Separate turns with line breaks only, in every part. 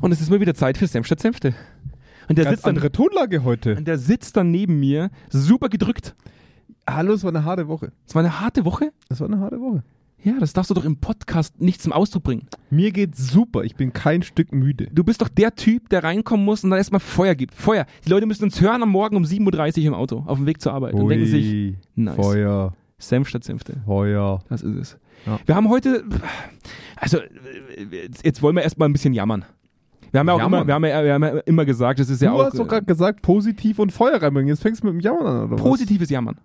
Und es ist mal wieder Zeit für Senf statt Senfte. Und der,
Ganz
sitzt dann,
andere Tonlage heute.
und der sitzt dann neben mir, super gedrückt.
Hallo, es war eine harte Woche.
Es war eine harte Woche.
Es war eine harte Woche.
Ja, das darfst du doch im Podcast nicht zum Ausdruck bringen.
Mir geht's super. Ich bin kein Stück müde.
Du bist doch der Typ, der reinkommen muss und dann erstmal Feuer gibt. Feuer. Die Leute müssen uns hören am Morgen um 7.30 Uhr im Auto, auf dem Weg zur Arbeit. Und denken sich,
Ui,
nice.
Feuer,
Senf statt Senfte.
Feuer.
Das ist es.
Ja.
Wir haben heute, also jetzt, jetzt wollen wir erstmal ein bisschen jammern. Wir haben ja auch
Jammern?
immer, wir haben ja, wir haben ja immer gesagt, das ist ja
du
auch
hast doch
äh,
gerade gesagt, positiv und Feuer reinbringen. Jetzt fängst du mit dem Jammern an, oder
positives Jammern.
was?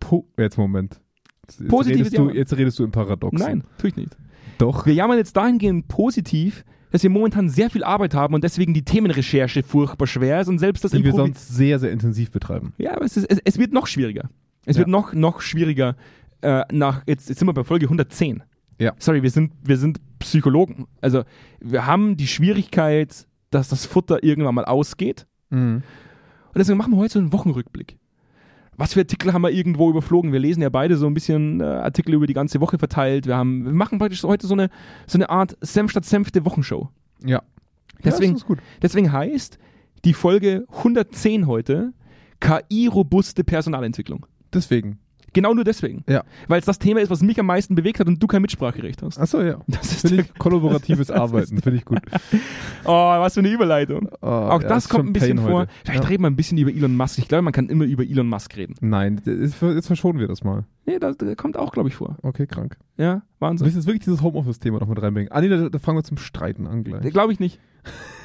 Po jetzt Moment. Jetzt
Positives
redest du,
Jammern.
Jetzt redest du im Paradoxen.
Nein, tue ich nicht.
Doch.
Wir jammern jetzt dahingehend positiv, dass wir momentan sehr viel Arbeit haben und deswegen die Themenrecherche furchtbar schwer ist und selbst das
Die wir
Improvi-
sonst sehr, sehr intensiv betreiben.
Ja, aber es, ist, es, es wird noch schwieriger. Es
Ja.
wird noch, noch schwieriger äh, nach, jetzt, jetzt sind wir bei Folge 110.
Ja.
Sorry, wir sind, wir sind Psychologen. Also wir haben die Schwierigkeit, dass das Futter irgendwann mal ausgeht. Und deswegen machen wir heute so einen Wochenrückblick. Was für Artikel haben wir irgendwo überflogen? Wir lesen ja beide so ein bisschen äh, Artikel über die ganze Woche verteilt. Wir, haben, wir machen praktisch so heute so eine, so eine Art Senf statt Senf der Wochenshow.
Ja. ja,
Deswegen,
das ist gut.
deswegen heißt die Folge 110 heute KI-robuste Personalentwicklung.
Deswegen.
Genau nur deswegen.
Ja.
Weil es das Thema ist, was mich am meisten bewegt hat und du kein Mitspracherecht hast.
Achso, ja.
Das ist
Finde
der,
ich kollaboratives Arbeiten, finde ich gut.
oh, was für eine Überleitung. Auch das kommt ein bisschen vor. Vielleicht reden wir ein bisschen über Elon Musk. Ich glaube, man kann immer über Elon Musk reden.
Nein, jetzt jetzt verschonen wir das mal.
Nee, das das kommt auch, glaube ich, vor.
Okay, krank.
Ja,
Du
Wahnsinn.
willst jetzt wirklich dieses Homeoffice-Thema noch mit reinbringen. Ah, nee, da, da fangen wir zum Streiten an gleich.
Glaube Äh, ich nicht.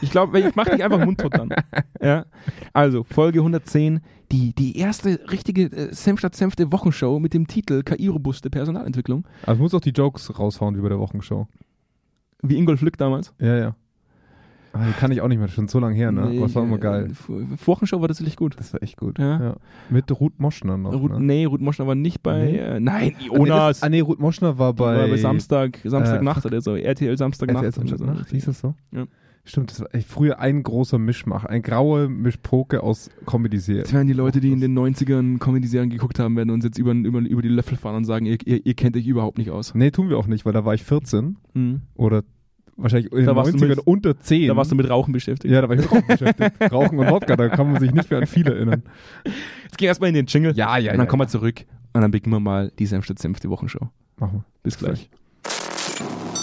Ich glaube, ich mache dich einfach mundtot dann. Ja. Also, Folge 110, die, die erste richtige äh, Senf statt Senf der Wochenshow mit dem Titel KI-robuste Personalentwicklung,
Also du musst auch die Jokes raushauen wie bei der Wochenshow.
wie Ingolf Lück damals.
Ja, ja. Ah, die kann ich auch nicht mehr, schon so lange her, ne?
Nee,
Aber das war immer
äh,
geil.
Wochenshow war das wirklich gut.
Das war echt gut.
Ja.
Mit Ruth Moschner noch.
Ruth,
ne?
Nee, Ruth Moschner war nicht bei.
Nee?
Äh, nein,
Ah, nee,
Jonas.
das, ah, nee, Ruth Moschner war
Die war
bei, Äh,
bei Samstag, Samstagnacht
fuck.
oder so. RTL Samstagnacht.
RTL Samstag
oder so.
Nacht, ne? hieß das so?
Ja.
Stimmt, das war echt früher ein großer Mischmach, ein grauer Mischpoke aus
Das
Comedy-Serien.
werden die Leute, die in den 90ern Comedy-Serien geguckt haben, werden uns jetzt über, über, über die Löffel fahren und sagen, ihr, ihr, ihr kennt euch überhaupt nicht aus.
Nee, tun wir auch nicht, weil da war ich 14
Mhm.
oder wahrscheinlich in
Da
den
warst du
90ern
mit-
unter 10.
Da warst du mit Rauchen beschäftigt.
ja, da war ich mit Rauchen beschäftigt. Rauchen und Wodka, da kann man sich nicht mehr an viel erinnern.
Jetzt gehen wir erstmal in den Jingle.
Ja, ja,
und dann kommen wir zurück und dann beginnen wir mal die Senf statt Senf die Wochenshow.
Machen wir.
Bis gleich.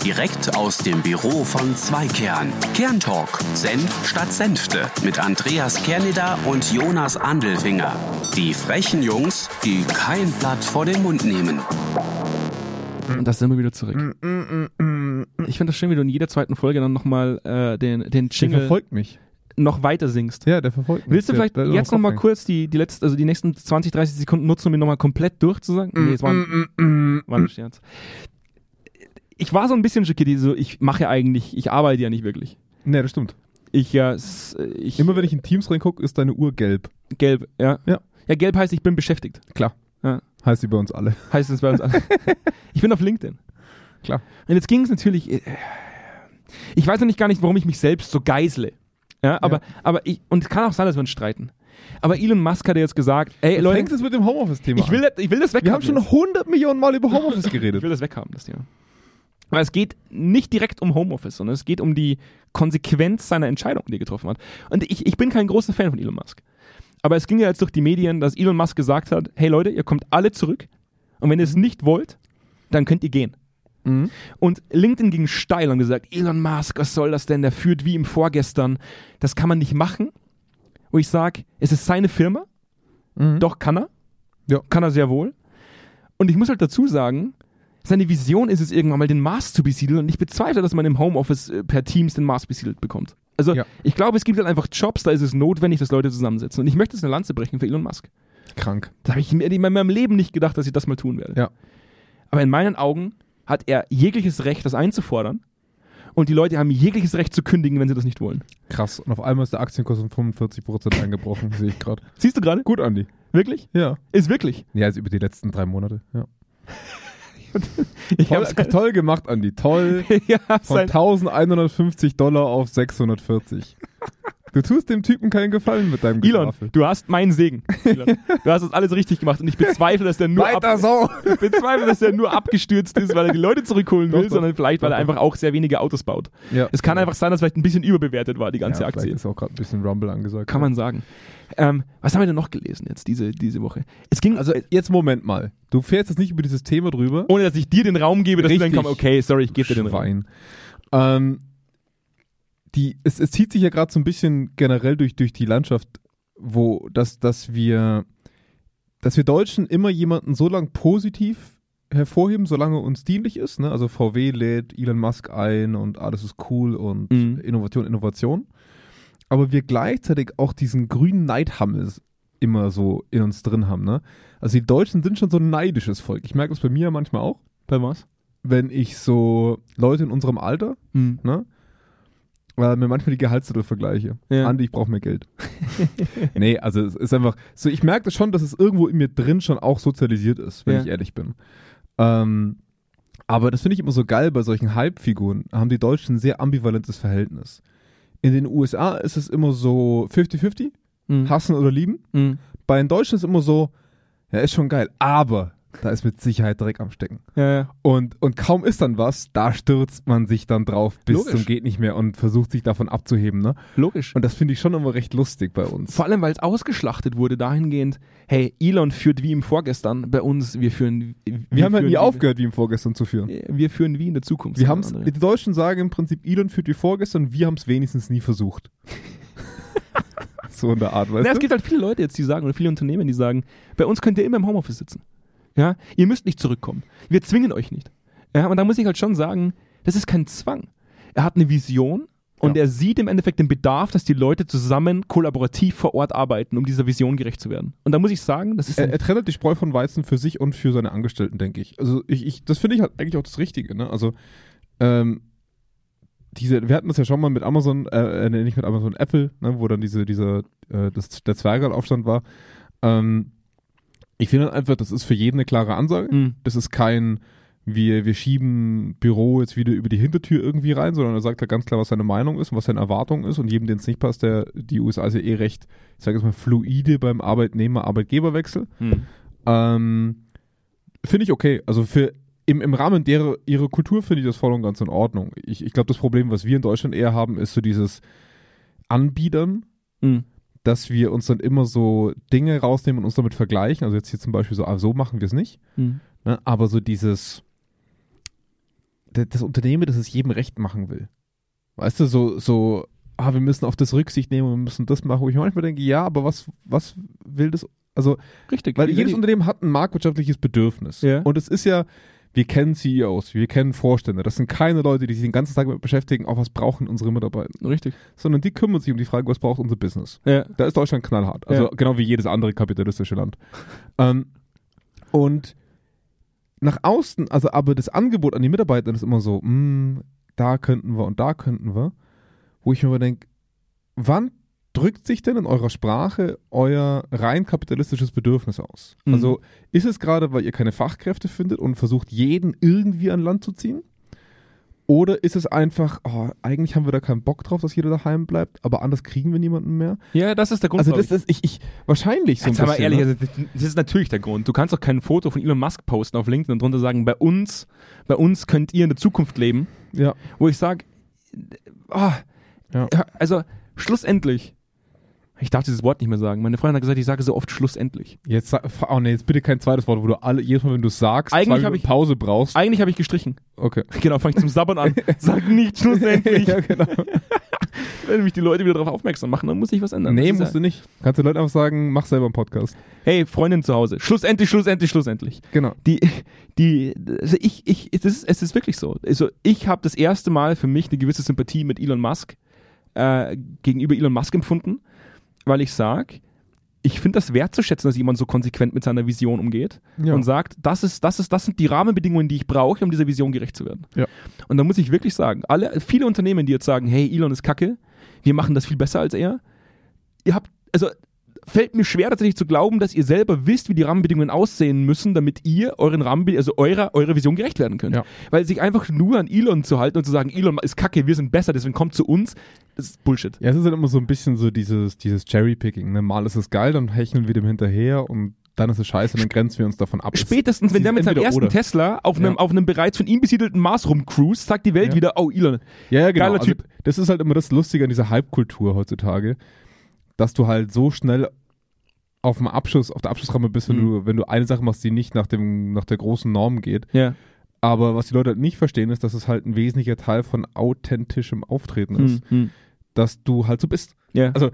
Direkt aus dem Büro von Zweikern. Kerntalk. Senf statt Senfte. Mit Andreas Kerneder und Jonas Andelfinger. Die frechen Jungs, die kein Blatt vor den Mund nehmen.
Und das sind wir wieder zurück. Ich finde das schön, wie du in jeder zweiten Folge dann nochmal äh, den, den
Der
Jingle
verfolgt mich.
noch weiter singst.
Ja, der verfolgt mich.
Willst du
Der-
vielleicht
der ist
jetzt
im
nochmal
Kopf
kurz die, die, letzten, also die nächsten 20, 30 Sekunden nutzen, um mir nochmal komplett durchzusagen? Nee, es war ein, war ein Scherz. Ich war so ein bisschen schockiert, so, ich mache ja eigentlich, ich arbeite ja nicht wirklich.
hängen. Nee, das stimmt.
Ich ja, s- ich,
Immer wenn ich in Teams reingucke, ist deine Uhr gelb.
gelb, ja.
Ja.
Ja, gelb heißt, ich bin beschäftigt.
Klar.
Ja.
Heißt sie bei uns alle.
Heißt es bei uns alle. ich bin auf LinkedIn.
Klar.
Und jetzt ging es natürlich, äh, ich weiß noch nicht gar nicht, warum ich mich selbst so geisle. Ja, aber, aber ich, und es kann auch sein, dass wir uns streiten. Aber Elon Musk hat ja jetzt gesagt, ey
Du fängst
Leute,
jetzt mit dem Homeoffice-Thema
ich will,
an.
das- ich will das weg.
Wir haben schon 100 Millionen Mal über Homeoffice
Ich will
geredet.
das weghaben, das Thema. Aber es geht nicht direkt um Homeoffice, sondern es geht um die Konsequenz seiner Entscheidung, die er getroffen hat. Und ich, ich bin kein großer Fan von Elon Musk. Aber es ging ja jetzt durch die Medien, dass Elon Musk gesagt hat, hey Leute, ihr kommt alle zurück und wenn ihr es nicht wollt, dann könnt ihr gehen.
Mhm.
Und LinkedIn ging steil und gesagt, Elon Musk, was soll das denn? Der führt wie im Vorgestern. Das kann man nicht machen. Wo ich sage, es ist seine Firma.
Mhm.
Doch kann er.
Ja.
Kann er sehr wohl. Und ich muss halt dazu sagen, seine Vision ist es irgendwann mal, den Mars zu besiedeln. Und ich bezweifle, dass man im Homeoffice äh, per Teams den Mars besiedelt bekommt. Also
Ja.
ich glaube, es gibt halt einfach Jobs, da ist es notwendig, dass Leute zusammensitzen. Und ich möchte jetzt eine Lanze brechen für Elon Musk.
Krank.
Da habe ich mir in meinem Leben nicht gedacht, dass ich das mal tun werde.
Ja.
Aber in meinen Augen hat er jegliches Recht, das einzufordern. Und die Leute haben jegliches Recht zu kündigen, wenn sie das nicht wollen.
Krass. Und auf einmal ist der Aktienkurs um 45% eingebrochen, sehe ich gerade.
Siehst du gerade?
Gut, Andi.
Wirklich?
Ja.
Ist wirklich.
Ja, also über die letzten drei Monate. Ja.
Ich
Toll,
hab's,
toll gemacht, Andi. Toll.
ich hab's
Von
halt
1150 Dollar auf 640. Du tust dem Typen keinen Gefallen mit deinem
Elon,
Geschwafel.
du hast meinen Segen. Elon. Du hast das alles richtig gemacht und ich bezweifle, dass der nur, ab,
Weiter so!
ich bezweifle, dass der nur abgestürzt ist, weil er die Leute zurückholen
Doch,
will,
doch.
sondern vielleicht, weil er
Doch, doch.
einfach auch sehr wenige Autos baut.
Ja.
Es kann einfach sein, dass vielleicht ein bisschen überbewertet war, die ganze
ja, vielleicht
Aktie.
ist auch gerade ein bisschen Rumble angesagt.
Kann man sagen. Ähm, was haben wir denn noch gelesen jetzt diese, diese Woche? Es ging, also,
Also jetzt Moment mal. Du fährst jetzt nicht über dieses Thema drüber.
ohne dass ich dir den Raum gebe, dass du
Richtig.
dann kommst, okay, sorry, ich gebe dir den Raum.
Schwein. Ähm, die, es, es zieht sich ja gerade so ein bisschen generell durch, durch die Landschaft, wo dass, dass wir dass wir Deutschen immer jemanden so lang positiv hervorheben, solange uns dienlich ist. Ne? Also VW lädt Elon Musk ein und alles ist cool und
Mhm.
Innovation, Innovation. Aber wir gleichzeitig auch diesen grünen Neidhammel immer so in uns drin haben. Ne? Also die Deutschen sind schon so ein neidisches Volk. Ich merke das bei mir manchmal auch
Bei was?
wenn ich so Leute in unserem Alter,
Mhm.
ne? Weil mir manchmal die Gehaltszettel vergleiche.
Ja.
Hm. Andi, ich brauche mehr Geld. nee, also es ist einfach so, ich merke das schon, dass es irgendwo in mir drin schon auch sozialisiert ist, wenn
Ja.
ich ehrlich bin. Ähm, aber das finde ich immer so geil bei solchen Hype-Figuren, haben die Deutschen ein sehr ambivalentes Verhältnis. In den USA ist es immer so 50-50,
Mhm.
hassen oder lieben.
Mhm.
Bei den Deutschen ist immer so, ja, ist schon geil, aber da ist mit Sicherheit Dreck am Stecken.
Ja, ja.
Und, und kaum ist dann was, da stürzt man sich dann drauf bis
Logisch.
zum geht nicht mehr und versucht sich davon abzuheben. Ne?
Logisch.
Und das finde ich schon immer recht lustig bei uns.
Vor allem, weil es ausgeschlachtet wurde dahingehend, hey, Elon führt wie im Vorgestern, bei uns, wir führen... Wir,
Wir haben halt
führen
nie
wie-
aufgehört, wie im Vorgestern zu führen.
Wir führen wie in der Zukunft.
Wir
sagen
haben's,
andere.
die Deutschen sagen im Prinzip, Elon führt wie vorgestern, wir haben es wenigstens nie versucht. so in der Art, weißt
Na, es
du?
gibt halt viele Leute jetzt, die sagen, oder viele Unternehmen, die sagen, bei uns könnt ihr immer im Homeoffice sitzen. Ja, ihr müsst nicht zurückkommen. Wir zwingen euch nicht. Ja, und da muss ich halt schon sagen, das ist kein Zwang. Er hat eine Vision und
Ja.
er sieht im Endeffekt den Bedarf, dass die Leute zusammen kollaborativ vor Ort arbeiten, um dieser Vision gerecht zu werden. Und da muss ich sagen, das ist
Äh, Er,
ein,
er trennt halt die Spreu von Weizen für sich und für seine Angestellten, denke ich. Also ich, ich das finde ich halt eigentlich auch das Richtige. Ne? Also ähm, diese, wir hatten das ja schon mal mit Amazon, äh, äh, nee, nicht mit Amazon, Apple, ne, wo dann diese, diese, äh, das, der Zwergelaufstand war. Ähm, ich finde halt einfach, das ist für jeden eine klare Ansage.
Mhm.
Das ist kein, wir, wir schieben Büro jetzt wieder über die Hintertür irgendwie rein, sondern er sagt halt ganz klar, was seine Meinung ist und was seine Erwartung ist. Und jedem, den es nicht passt, der, die USA ist ja eh recht, ich sage jetzt mal, fluide beim Arbeitnehmer-Arbeitgeberwechsel.
Hm,
Ähm, finde ich okay. Also für im, im Rahmen derer, ihrer Kultur finde ich das voll und ganz in Ordnung. Ich, ich glaube, das Problem, was wir in Deutschland eher haben, ist so dieses Anbiedern,
Mhm.
dass wir uns dann immer so Dinge rausnehmen und uns damit vergleichen. Also jetzt hier zum Beispiel so, ah, so machen wir es nicht.
Mhm.
Ne? Aber so dieses, d- das Unternehmen, das es jedem recht machen will. Weißt du, so, so, ah, wir müssen auf das Rücksicht nehmen, wir müssen das machen. Wo ich manchmal denke, ja, aber was, was will das? Also
richtig.
weil
Die-
jedes
die-
Unternehmen hat ein marktwirtschaftliches Bedürfnis.
Ja.
Und es ist ja, wir kennen CEOs, wir kennen Vorstände. Das sind keine Leute, die sich den ganzen Tag damit beschäftigen, auch was brauchen unsere Mitarbeiter.
richtig.
Sondern die kümmern sich um die Frage, was braucht unser Business.
Ja.
Da ist Deutschland knallhart. Also
Ja.
genau wie jedes andere kapitalistische Land. ähm, und nach außen, also aber das Angebot an die Mitarbeiter ist immer so, "Mm, da könnten wir und da könnten wir. Wo ich mir immer denke, wann drückt sich denn in eurer Sprache euer rein kapitalistisches Bedürfnis aus?
Mhm.
Also ist es gerade, weil ihr keine Fachkräfte findet und versucht, jeden irgendwie an Land zu ziehen? Oder ist es einfach, oh, eigentlich haben wir da keinen Bock drauf, dass jeder daheim bleibt, aber anders kriegen wir niemanden mehr?
ja, das ist der Grund.
Also
glaub
das ist, ich, ich, wahrscheinlich so ein
Jetzt aber
bisschen.
ehrlich,
ne?
also das- das ist natürlich der Grund. Du kannst doch kein Foto von Elon Musk posten auf LinkedIn und drunter sagen, bei uns, bei uns könnt ihr in der Zukunft leben,
ja.
wo ich sage, ah,
Ja.
also schlussendlich. Ich darf dieses Wort nicht mehr sagen. Meine Freundin hat gesagt, ich sage so oft schlussendlich.
Jetzt, sa- oh nee, jetzt bitte kein zweites Wort, wo du alle, jedes Mal, wenn du es sagst,
Eigentlich
zwei
hab
Minuten
ich-
Pause brauchst.
Eigentlich habe ich gestrichen.
Okay.
Genau, fange ich zum Sabbern an. Sag nicht schlussendlich.
ja, genau.
Wenn mich die Leute wieder darauf aufmerksam machen, dann muss ich was ändern.
Nee,
Das
musst
ist
du nicht. Kannst du Leuten einfach sagen, mach selber einen Podcast.
ja, hey, Freundin zu Hause. Schlussendlich, schlussendlich, schlussendlich.
Genau.
die, die, also ich, ich, es ist, es ist wirklich so. Also ich habe das erste Mal für mich eine gewisse Sympathie mit Elon Musk äh, gegenüber Elon Musk empfunden, weil ich sage, ich finde das wertzuschätzen, dass jemand so konsequent mit seiner Vision umgeht
Ja.
und sagt, das ist, das ist, das sind die Rahmenbedingungen, die ich brauche, um dieser Vision gerecht zu werden.
Ja.
Und da muss ich wirklich sagen, alle, viele Unternehmen, die jetzt sagen, hey, Elon ist Kacke, wir machen das viel besser als er, ihr habt, also fällt mir schwer tatsächlich zu glauben, dass ihr selber wisst, wie die Rahmenbedingungen aussehen müssen, damit ihr euren Rahmen, also eurer, eurer Vision gerecht werden könnt.
Ja.
Weil sich einfach nur an Elon zu halten und zu sagen, Elon ist kacke, wir sind besser, deswegen kommt zu uns, ist Bullshit.
Ja, es ist halt immer so ein bisschen so dieses, dieses Cherry-Picking. Ne? Mal ist es geil, dann hecheln wir dem hinterher und dann ist es scheiße, dann grenzen wir uns davon ab. Es-
Spätestens, wenn
es
der
ist
mit seinem
entweder
ersten
oder.
Tesla auf einem,
Ja.
auf einem bereits von ihm besiedelten Mars rumcruist, sagt die Welt
Ja.
wieder, oh Elon.
Ja, ja, genau.
Geiler Typ.
Also, das ist halt immer das Lustige an dieser Hype-Kultur heutzutage, dass du halt so schnell auf dem Abschuss, auf der Abschussramme bist, wenn,
Mhm.
du, wenn du eine Sache machst, die nicht nach, dem, nach der großen Norm geht.
Ja.
Aber was die Leute halt nicht verstehen, ist, dass es halt ein wesentlicher Teil von authentischem Auftreten ist,
Hm, hm.
dass du halt so bist.
ja.
Also,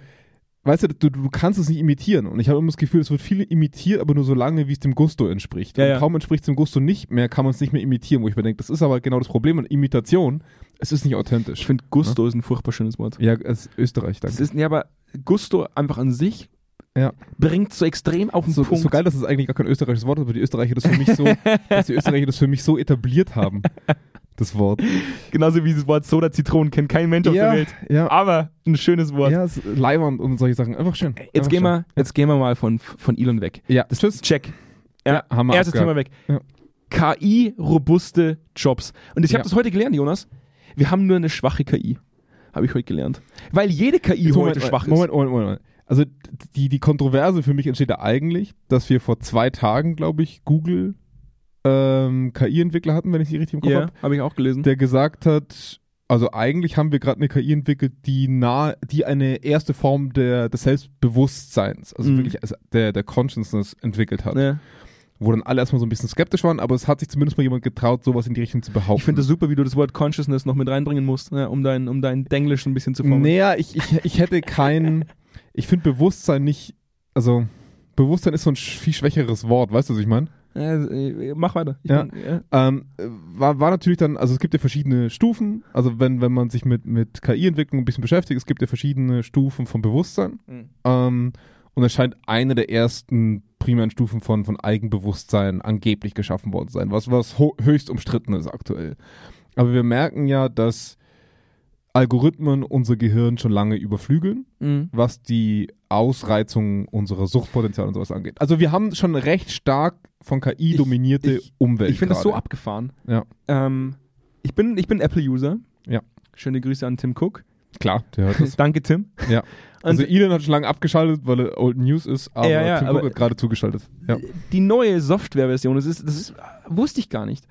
weißt du, du, du kannst es nicht imitieren. Und ich habe immer das Gefühl, es wird viel imitiert, aber nur so lange, wie es dem Gusto entspricht.
Ja,
Und
ja.
Kaum entspricht es dem Gusto nicht mehr, kann man es nicht mehr imitieren, wo ich mir denke, das ist aber genau das Problem an Imitation. Es ist nicht
ich
authentisch.
finde, Gusto ist ein furchtbar schönes Wort.
Ja, es ist Österreich, danke.
Das ist, nee, aber Gusto einfach an sich
Ja.
bringt so extrem auf den
so,
Punkt.
so geil, dass es eigentlich gar kein österreichisches Wort ist, aber die Österreicher das für mich so, dass die Österreicher das für mich so etabliert haben. Das Wort.
Genauso wie dieses Wort Soda Zitronen kennt kein Mensch auf der Welt.
ja,
Aber ein schönes Wort.
ja, es ist Leihwand und solche Sachen. Einfach schön.
Jetzt
Einfach
gehen, wir, jetzt gehen wir mal von, von Elon weg.
schön. Ja, tschüss.
Check. Ja,
haben wir
Erstes Thema
abgehakt.
weg. KI-robuste Jobs. Und ich habe
Ja.
das heute gelernt, Jonas. Wir haben nur eine schwache KI. Habe ich heute gelernt. Weil jede KI
Jetzt
heute
Moment,
schwach
Moment, Moment, Moment, Moment. Also die, die Kontroverse für mich entsteht ja eigentlich, dass wir vor zwei Tagen, glaube ich, Google ähm, KI-Entwickler hatten, wenn ich sie richtig im
ist.
Kopf
Ja,
habe,
habe ich auch gelesen.
der gesagt hat, also eigentlich haben wir gerade eine KI entwickelt, die nah, die eine erste Form der, des Selbstbewusstseins, also
Mhm.
wirklich also der, der Consciousness entwickelt hat.
ja.
Wo dann alle erstmal so ein bisschen skeptisch waren, aber es hat sich zumindest mal jemand getraut, sowas in die Richtung zu behaupten.
Ich finde das super, wie du das Wort Consciousness noch mit reinbringen musst, ne, um dein, um dein Denglisch ein bisschen zu formen.
Naja, ich, ich, ich hätte kein. ich finde Bewusstsein nicht. Also, Bewusstsein ist so ein sch- viel schwächeres Wort, weißt du, was ich meine?
Ja, äh, mach weiter. Ich
Ja.
bin- ja.
Ähm, äh, war, war natürlich dann, also es gibt ja verschiedene Stufen. Also, wenn, wenn man sich mit, mit KI-Entwicklung ein bisschen beschäftigt, es gibt ja verschiedene Stufen von Bewusstsein.
Mhm.
Ähm, und es scheint eine der ersten primären Stufen von, von Eigenbewusstsein angeblich geschaffen worden zu sein, was, was ho- höchst umstritten ist aktuell. Aber wir merken ja, dass Algorithmen unser Gehirn schon lange überflügeln.
Mhm.
was die Ausreizung unserer Suchtpotenziale und sowas angeht. Also wir haben schon recht stark von KI
Ich-
dominierte
ich-
Umwelt.
Ich finde das so
gerade.
abgefahren.
Ja.
Ähm, ich bin, ich bin Apple-User.
Ja.
Schöne Grüße an Tim Cook.
Klar, der hört das.
Danke, Tim.
Ja.
Und
Also Elon hat schon lange abgeschaltet, weil er Old News ist, aber
Ja, ja,
Tim
aber- Äh,
Cook hat gerade zugeschaltet. Ja.
die neue Software-Version, das ist, das ist, wusste ich gar nicht.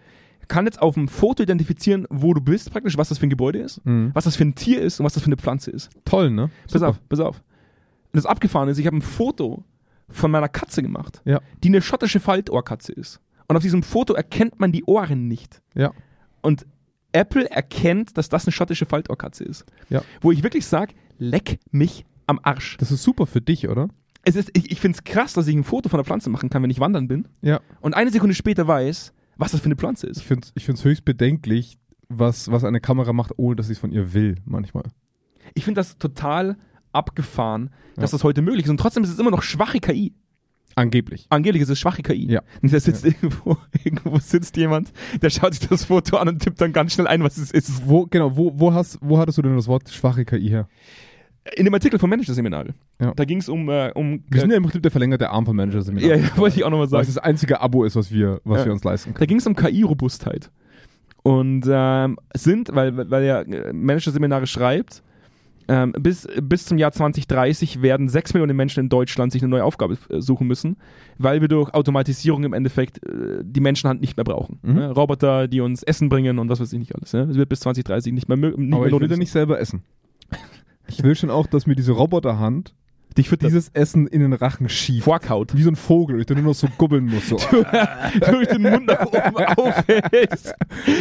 Kann jetzt auf dem Foto identifizieren, wo du bist, praktisch, was das für ein Gebäude ist,
Mhm.
was das für ein Tier ist und was das für eine Pflanze ist.
Toll, ne?
Pass
Super.
auf, pass auf. Und Das abgefahren ist, ich habe ein Foto von meiner Katze gemacht,
Ja.
die eine schottische Faltohrkatze ist. Und auf diesem Foto erkennt man die Ohren nicht.
Ja.
Und Apple erkennt, dass das eine schottische Faltohrkatze ist.
Ja.
Wo ich wirklich sage, leck mich am Arsch.
Das ist super für dich, oder?
Es ist, ich ich finde es krass, dass ich ein Foto von einer Pflanze machen kann, wenn ich wandern bin.
Ja.
Und eine Sekunde später weiß, was das für eine Pflanze
Ich
ist.
finde es ich find's höchst bedenklich, was, was eine Kamera macht, ohne dass ich es von ihr will, manchmal.
Ich finde das total abgefahren, dass
Ja.
das heute möglich ist. Und trotzdem ist es immer noch schwache KI.
Angeblich.
Angeblich ist es schwache KI.
Ja.
Und da sitzt irgendwo, irgendwo sitzt jemand, der schaut sich das Foto an und tippt dann ganz schnell ein, was es ist.
Wo, genau, wo, wo, hast, wo hattest du denn das Wort schwache KI her?
In dem Artikel vom Managerseminare.
Ja.
Da ging es um, äh, um
Wir sind ja im Prinzip der verlängerte Arm von Manager Seminar.
ja, ja, wollte ich auch nochmal
Weil
sagen.
es das einzige Abo ist, was wir, was
Ja.
wir uns leisten können.
Da ging es um KI-Robustheit. Und ähm, sind, weil, weil ja äh, Managerseminare schreibt, ähm, bis, bis zum Jahr 2030 werden 6 Millionen Menschen in Deutschland sich eine neue Aufgabe äh, suchen müssen, weil wir durch Automatisierung im Endeffekt äh, die Menschenhand nicht mehr brauchen.
Mhm.
Ne? Roboter, die uns Essen bringen und was weiß ich nicht alles. Ne? Es wird bis 2030 nicht mehr möglich. Nicht
Aber
mehr
ich will
notwendig
ja nicht selber essen. Ich will schon auch, dass mir diese Roboterhand
sein. dich für dieses
dieses Essen in den Rachen schiebt.
Vorkaut
Wie so ein Vogel, ich dann nur noch so gubbeln muss. So.
durch den Mund nach oben aufhältst,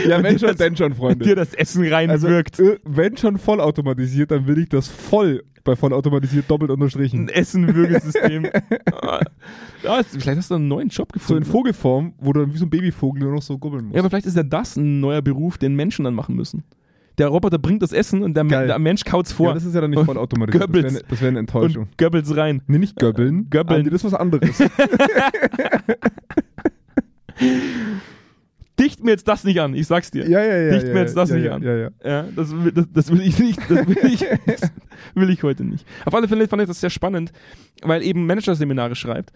ja, wenn
dir
schon,
das-
denn schon,
dir
Freunde.
das Essen reinwirkt.
äh, wenn schon vollautomatisiert, dann will ich das voll bei vollautomatisiert doppelt
ein
unterstrichen.
Essen-Würgesystem. Ah, ja, ist- vielleicht hast du einen neuen Job
So in
gefunden.
Vogelform, wo du dann wie so ein Babyvogel nur noch so gubbeln musst.
Ja, aber vielleicht ist ja das ein neuer Beruf, den Menschen dann machen müssen. Der Roboter bringt das Essen und der,
Geil.
der Mensch kaut's
Ja,
vor
das ist ja dann nicht vollautomatisiert. Das wäre
Goebbels.
eine, das wär eine Enttäuschung.
und Äh, göbbelt's rein.
nee, nicht göbbeln.
Göbbeln.
Ah, nee, das ist was anderes.
dicht mir jetzt das nicht an, ich sag's dir.
Ja, ja, ja.
Dicht
ja,
mir jetzt das
ja,
nicht
ja,
an.
Ja, ja.
Ja, das, will- das, das will ich nicht. Das will ich, das will ich heute nicht. Auf alle Fälle fand ich das sehr spannend, weil eben Manager-Seminare schreibt,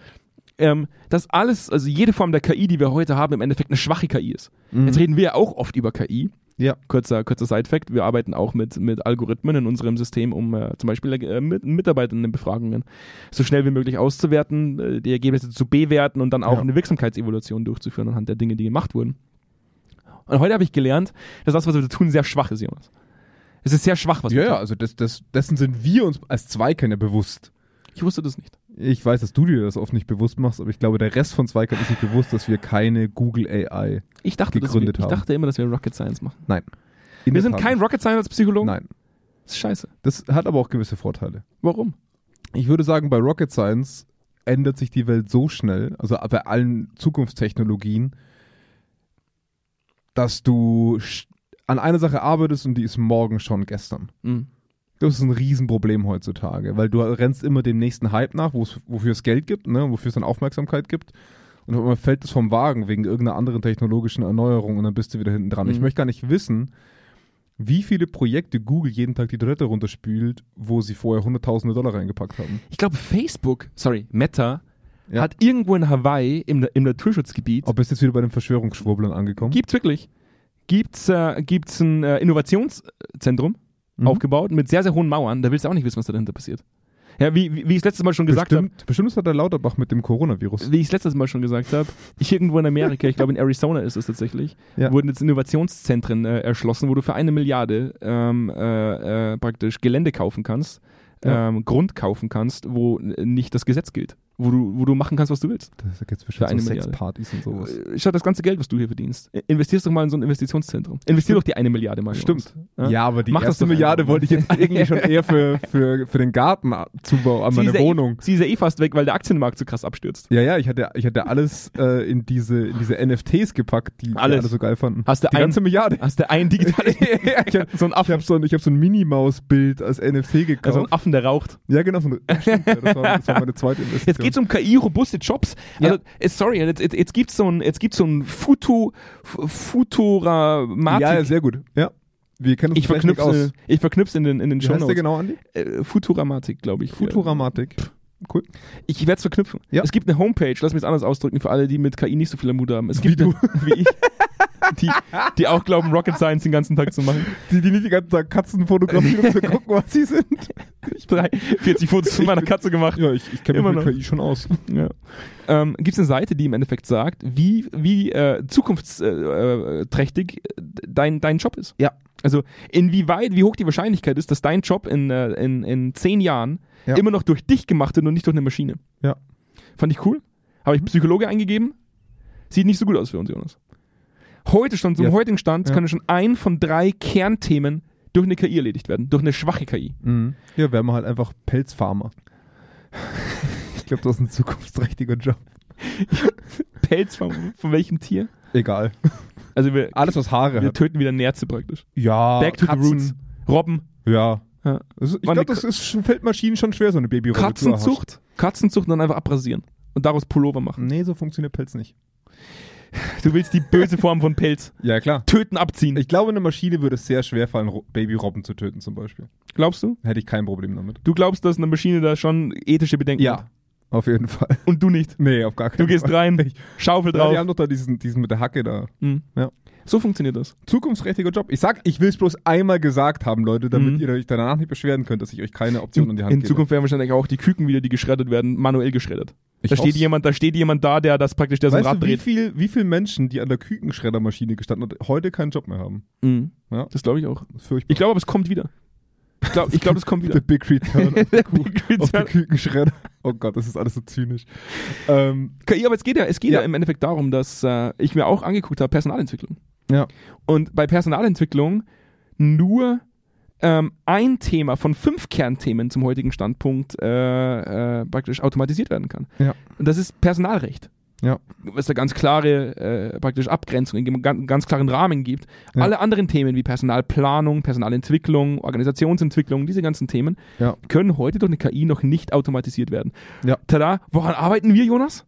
ähm, dass alles, also jede Form der KI, die wir heute haben, im Endeffekt eine schwache KI ist.
Mhm.
Jetzt reden wir ja auch oft über KI.
Ja.
Kurzer, kurzer Side-Fact: Wir arbeiten auch mit, mit Algorithmen in unserem System, um äh, zum Beispiel äh, mit Mitarbeitenden Befragungen so schnell wie möglich auszuwerten, äh, die Ergebnisse zu bewerten und dann auch
Ja.
eine Wirksamkeitsevaluation durchzuführen anhand der Dinge, die gemacht wurden. Und heute habe ich gelernt, dass das, was wir tun, sehr schwach ist, Jonas. Es ist sehr schwach, was
ja,
wir
ja,
tun.
also das, das, dessen sind wir uns als Zweikerne bewusst.
Ich wusste das nicht.
Ich weiß, dass du dir das oft nicht bewusst machst, aber ich glaube, der Rest von Zweikern ist sich bewusst, dass wir keine Google AI.
Ich dachte, dass wir,
Gegründet
ich
haben.
dachte immer, dass wir Rocket Science machen.
Nein.
wir sind kein Rocket Science-Psychologen.
Nein.
Das ist scheiße.
Das hat aber auch gewisse Vorteile.
Warum?
Ich würde sagen, bei Rocket Science ändert sich die Welt so schnell, also bei allen Zukunftstechnologien, dass du sch- an einer Sache arbeitest und die ist morgen schon gestern.
Mhm.
Das ist ein Riesenproblem heutzutage, weil du rennst immer dem nächsten Hype nach, wo es- wofür es Geld gibt, ne, wofür es dann Aufmerksamkeit gibt. Und auf einmal fällt es vom Wagen wegen irgendeiner anderen technologischen Erneuerung und dann bist du wieder hinten dran. Ich
Mhm.
möchte gar nicht wissen, wie viele Projekte Google jeden Tag die Toilette runterspült, wo sie vorher Hunderttausende Dollar reingepackt haben.
Ich glaube, Facebook, sorry, Meta,
Ja.
hat irgendwo in Hawaii im, im Naturschutzgebiet,
Ob bist jetzt wieder bei den Verschwörungsschwurblern angekommen?
gibt's wirklich, gibt's, äh, gibt's ein äh, Innovationszentrum
Mhm.
aufgebaut mit sehr, sehr hohen Mauern. Da willst du auch nicht wissen, was dahinter passiert. Ja, wie, wie, wie ich es letztes Mal schon gesagt Äh, habe,
bestimmt, bestimmt ist das der Lauterbach mit dem Coronavirus.
wie ich es letztes Mal schon gesagt habe, ich irgendwo in Amerika, ich glaube in Arizona ist es tatsächlich,
Ja.
wurden jetzt Innovationszentren äh, erschlossen, wo du für eine Milliarde ähm, äh, äh, praktisch Gelände kaufen kannst,
Ja.
ähm, Grund kaufen kannst, wo äh, nicht das Gesetz gilt, wo du, wo du machen kannst, was du willst.
Da gibt es
Für eine
bestimmt so
Milliarde.
Sexpartys und sowas.
Äh, Schau, das ganze Geld, was du hier verdienst, i- investierst doch mal in so ein Investitionszentrum. Investier doch die eine Milliarde mal.
Stimmt.
Ja.
Ja, aber die
Mach das
erste
doch
Milliarde
einfach mal.
wollte ich jetzt eigentlich schon eher für, für, für den Gartenzubau an
Sie
meine
ist, ja
Wohnung.
Eh, sie ist ja eh fast weg, weil der Aktienmarkt so krass abstürzt.
Ja, ja, ich hatte, ich hatte alles äh, in, diese, in diese NFTs gepackt, die
Alles.
wir alle so geil fanden.
Hast du
die
ein-
ganze Milliarde.
Hast du ein digitales.
ich habe
so ein
ich
Affen,
hab so ein, ich hab so ein Minimaus-Bild als NFT gekauft.
also ein Affen, der raucht.
ja, genau. So ein, ja, stimmt, ja, das, war, das war meine zweite
Jetzt
Investition.
geht's um KI-robuste Jobs.
Ja.
Also, äh, sorry, jetzt, jetzt, jetzt gibt's so ein, jetzt gibt's so ein Futu, F- Futuramatik.
Ja, ja, sehr gut. Ja. Wir kennen uns
um ich
mit Technik
verknüpfe, ich verknüpf's in den, in den
Wie heißt der
Shownotes.
genau, Andi?
Äh, Futuramatik, glaube ich.
Futuramatik. Cool.
Ich werde es verknüpfen.
Ja.
Es gibt eine Homepage, lass mich es anders ausdrücken, für alle, die mit KI nicht so viel am Mut haben. Es
Wie
gibt eine, wie ich, die, die auch glauben, Rocket Science den ganzen Tag zu machen.
Die, die nicht den ganzen Tag Katzen fotografieren, um zu gucken, was sie sind.
Ich drei, 40 Fotos von meiner Katze gemacht.
Ja, ich, ich kenne
Immer
mich mit
noch.
KI schon aus.
Ja. Ähm, gibt es eine Seite, die im Endeffekt sagt, wie, wie äh, zukunftsträchtig äh, dein, dein Job ist?
Ja.
Also inwieweit, wie hoch die Wahrscheinlichkeit ist, dass dein Job in, äh, in, in zehn Jahren
Ja.
immer noch durch dich gemacht wird und nicht durch eine Maschine.
Ja. Mhm.
Fand ich cool. Habe ich Psychologe eingegeben. Sieht nicht so gut aus für uns, Jonas. Heute schon, zum
Ja.
heutigen Stand,
Ja.
können schon ein von drei Kernthemen durch eine KI erledigt werden. Durch eine schwache KI.
Ja, wären wir halt einfach Pelzfarmer. ich glaube, das ist ein zukunftsträchtiger Job.
Pelz von, von welchem Tier?
Egal.
Also wir,
Alles, was Haare
wir
hat.
töten wieder Nerze praktisch.
Ja,
Back to
Katzen.
the roots. Ah, Robben.
Ja.
Ja.
Das ist, Also, ich
Mann,
glaube,
die
das ist, schon- fällt Maschinen schon schwer, so eine Babyrolle zu erhaschen.
Katzenzucht. Katzenzucht und dann einfach abrasieren. Und daraus Pullover machen.
Nee, so funktioniert Pelz nicht.
Du willst die böse Form von Pelz.
Ja, klar.
Töten, abziehen.
Ich glaube, eine Maschine würde es sehr schwer fallen, Ro- Babyrobben zu töten zum Beispiel.
Glaubst du?
Hätte ich kein Problem damit.
Du glaubst, dass eine Maschine da schon ethische Bedenken hat.
Auf jeden Fall.
Und du nicht.
Nee, auf gar keinen
Du gehst
Fall.
rein, Schaufel
Ja, die
drauf.
haben doch da diesen, diesen mit der Hacke da.
Mhm.
Ja.
So funktioniert das.
Zukunftsträchtiger Job. Ich sag, ich will es bloß einmal gesagt haben, Leute, damit
Mhm.
ihr euch danach nicht beschweren könnt, dass ich euch keine Option in
In,
die Hand
in
gebe.
Zukunft werden wahrscheinlich auch die Küken wieder, die geschreddert werden, manuell geschreddert.
Ich
da, steht
hoff's.
jemand, da steht jemand da, der das praktisch, der so ein
Weißt
Rad
du, wie
dreht.
viel, wie viel Menschen, die an der Kükenschreddermaschine gestanden haben, heute keinen Job mehr haben?
Mhm.
Ja.
Das glaube ich auch.
Das ist furchtbar.
Ich glaube, aber es kommt wieder. Ich glaube, ich glaub, es kommt
The
wieder.
Big Return auf die Kuh-
Big
auf die
Return.
Kükenschredder. Oh Gott, das ist alles so zynisch. Ähm,
KI, aber es geht ja, es geht ja.
Ja.
im Endeffekt darum, dass äh, ich mir auch angeguckt habe, Personalentwicklung.
Ja.
Und bei Personalentwicklung nur ähm, ein Thema von fünf Kernthemen zum heutigen Standpunkt äh, äh, praktisch automatisiert werden kann.
Ja.
Und das ist Personalrecht.
Ja.
Was da ganz klare äh, praktisch Abgrenzungen, einen ganz, ganz klaren Rahmen gibt.
Ja.
Alle anderen Themen wie Personalplanung, Personalentwicklung, Organisationsentwicklung, diese ganzen Themen
Ja.
können heute durch eine KI noch nicht automatisiert werden.
Ja.
Tada, woran arbeiten wir, Jonas?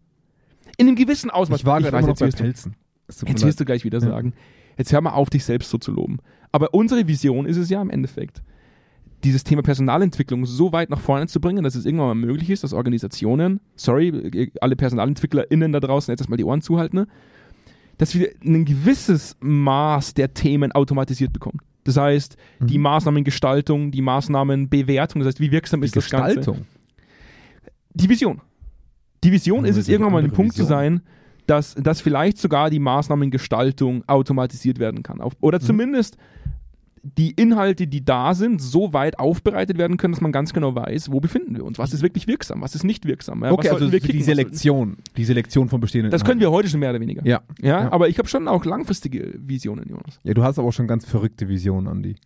In einem gewissen Ausmaß.
ich war gerade immer
jetzt,
noch bei
wirst du-
Pelzen. Es tut mir
Jetzt
leid.
wirst du gleich wieder
Ja.
sagen, jetzt hör mal auf, dich selbst so zu loben. Aber unsere Vision ist es ja im Endeffekt, dieses Thema Personalentwicklung so weit nach vorne zu bringen, dass es irgendwann mal möglich ist, dass Organisationen, sorry, äh, alle PersonalentwicklerInnen da draußen jetzt erstmal die Ohren zuhalten, ne, dass wir ein gewisses Maß der Themen automatisiert bekommen. Das heißt, die
Mhm.
Maßnahmengestaltung, die Maßnahmenbewertung, das heißt, wie wirksam ist das Ganze? die Vision. Die Vision
Ja,
ist es,
diese
irgendwann mal ein
andere
Punkt zu
Vision.
sein, dass, dass vielleicht sogar die Maßnahmengestaltung automatisiert werden kann. Auf,
Mhm.
oder zumindest die Inhalte, die da sind, so weit aufbereitet werden können, dass man ganz genau weiß, wo befinden wir uns, was ist wirklich wirksam, was ist nicht wirksam. ja, was
Okay, also
sollten wir
die
kicken, was sollten-
Selektion. Die Selektion von bestehenden
Das können wir heute schon mehr oder weniger.
Ja.
Ja,
Ja.
aber ich habe schon auch langfristige Visionen, Jonas.
Ja, du hast aber auch schon ganz verrückte Visionen, Andi.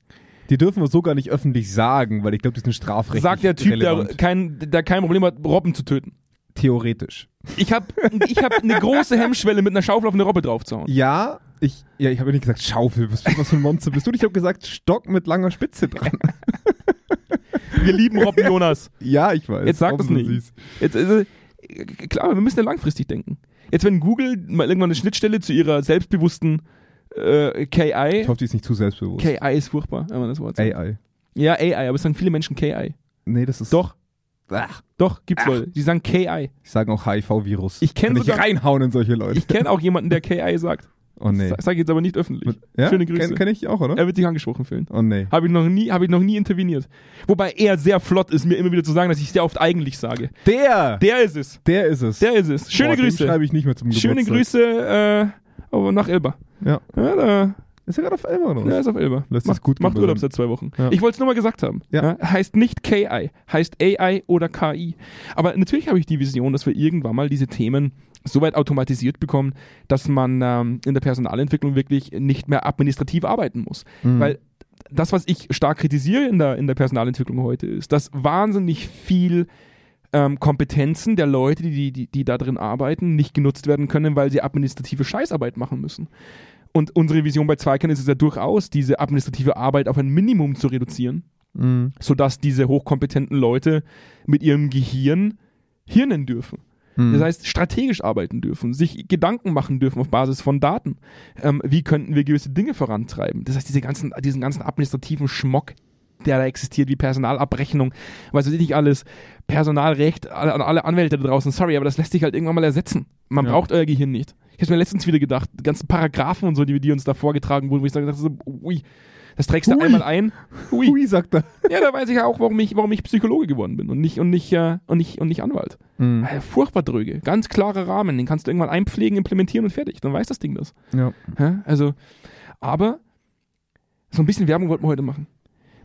Die dürfen wir so gar nicht öffentlich sagen, weil ich glaube, die sind strafrechtlich
Sagt der Typ, der
relevant.
kein, der kein Problem hat, Robben zu töten.
Theoretisch.
Ich habe ich hab eine große Hemmschwelle, mit einer Schaufel auf eine Robbe draufzuhauen.
Ja, ich, ja, ich habe ja nicht gesagt Schaufel, was, was für ein Monster bist du? Ich habe gesagt Stock mit langer Spitze dran.
Wir lieben Robben, Jonas.
Ja, ich weiß.
Jetzt sag das
Robinson
nicht.
Sees.
Jetzt, also, klar, wir müssen ja langfristig denken. Jetzt, wenn Google mal irgendwann eine Schnittstelle zu ihrer selbstbewussten äh, KI.
Ich hoffe, die ist nicht zu selbstbewusst.
KI ist furchtbar, wenn man das Wort sagt.
AI.
Ja, AI, aber es sagen viele Menschen KI.
Nee, das ist.
Doch.
Ach,
Doch, gibt's Leute. Die sagen KI.
ich sage auch HIV-Virus.
Ich kenn
Kann
sogar-
reinhauen in solche Leute.
Ich kenne auch jemanden, der KI sagt.
oh nee.
Sa- Sag ich jetzt aber nicht öffentlich.
Ja?
Schöne Grüße. Ähm,
Kenn, kenn ich die auch, oder?
Er wird sich angesprochen fühlen.
Oh nee.
Habe ich, noch nie- hab ich noch nie interveniert. Wobei er sehr flott ist, mir immer wieder zu sagen, dass ich sehr oft eigentlich sage.
Der! Der,
Der ist es.
ist es.
Der ist es. Schöne
Boah, dem
Grüße.
schreibe ich nicht mehr zum Geburtstag.
Schöne Grüße äh, aber nach Elba.
Ja.
Ja, da,
Ist er gerade auf Elmer oder was?
Ja, ist auf Elba.
Lässt
macht
sich gut
macht
gehen
Urlaub
bei
seit zwei Wochen.
Ja.
Ich wollte es nur mal gesagt haben.
Ja.
heißt nicht KI, heißt AI oder KI. Aber natürlich habe ich die Vision, dass wir irgendwann mal diese Themen so weit automatisiert bekommen, dass man ähm, in der Personalentwicklung wirklich nicht mehr administrativ arbeiten muss.
Mhm.
Weil das, was ich stark kritisiere in der, in der Personalentwicklung heute, ist, dass wahnsinnig viel ähm, Kompetenzen der Leute, die, die, die da drin arbeiten, nicht genutzt werden können, weil sie administrative Scheißarbeit machen müssen. Und unsere Vision bei Zweikern ist es ja durchaus, diese administrative Arbeit auf ein Minimum zu reduzieren,
Mhm.
sodass diese hochkompetenten Leute mit ihrem Gehirn hirnen dürfen.
Mhm.
Das heißt, strategisch arbeiten dürfen, sich Gedanken machen dürfen auf Basis von Daten. Ähm, wie könnten wir gewisse Dinge vorantreiben? Das heißt, diese ganzen, diesen ganzen administrativen Schmock, der da existiert, wie Personalabrechnung, was weiß ich nicht alles, Personalrecht, alle, an alle Anwälte da draußen, sorry, aber das lässt sich halt irgendwann mal ersetzen. Man
Ja.
braucht euer Gehirn nicht. Ich habe mir letztens wieder gedacht, die ganzen Paragraphen und so, die, die uns da vorgetragen wurden, wo ich dachte, so, ui, das trägst du
Hui.
einmal ein. Ui.
Hui, sagt er.
Ja, da weiß ich ja auch, warum ich, warum ich Psychologe geworden bin und nicht, und nicht, äh, und nicht, und nicht Anwalt.
Mhm.
Äh, Furchtbar dröge. Ganz klarer Rahmen. Den kannst du irgendwann einpflegen, implementieren und fertig. Dann weiß das Ding das.
Ja.
Hä? Also, aber so ein bisschen Werbung wollten wir heute machen.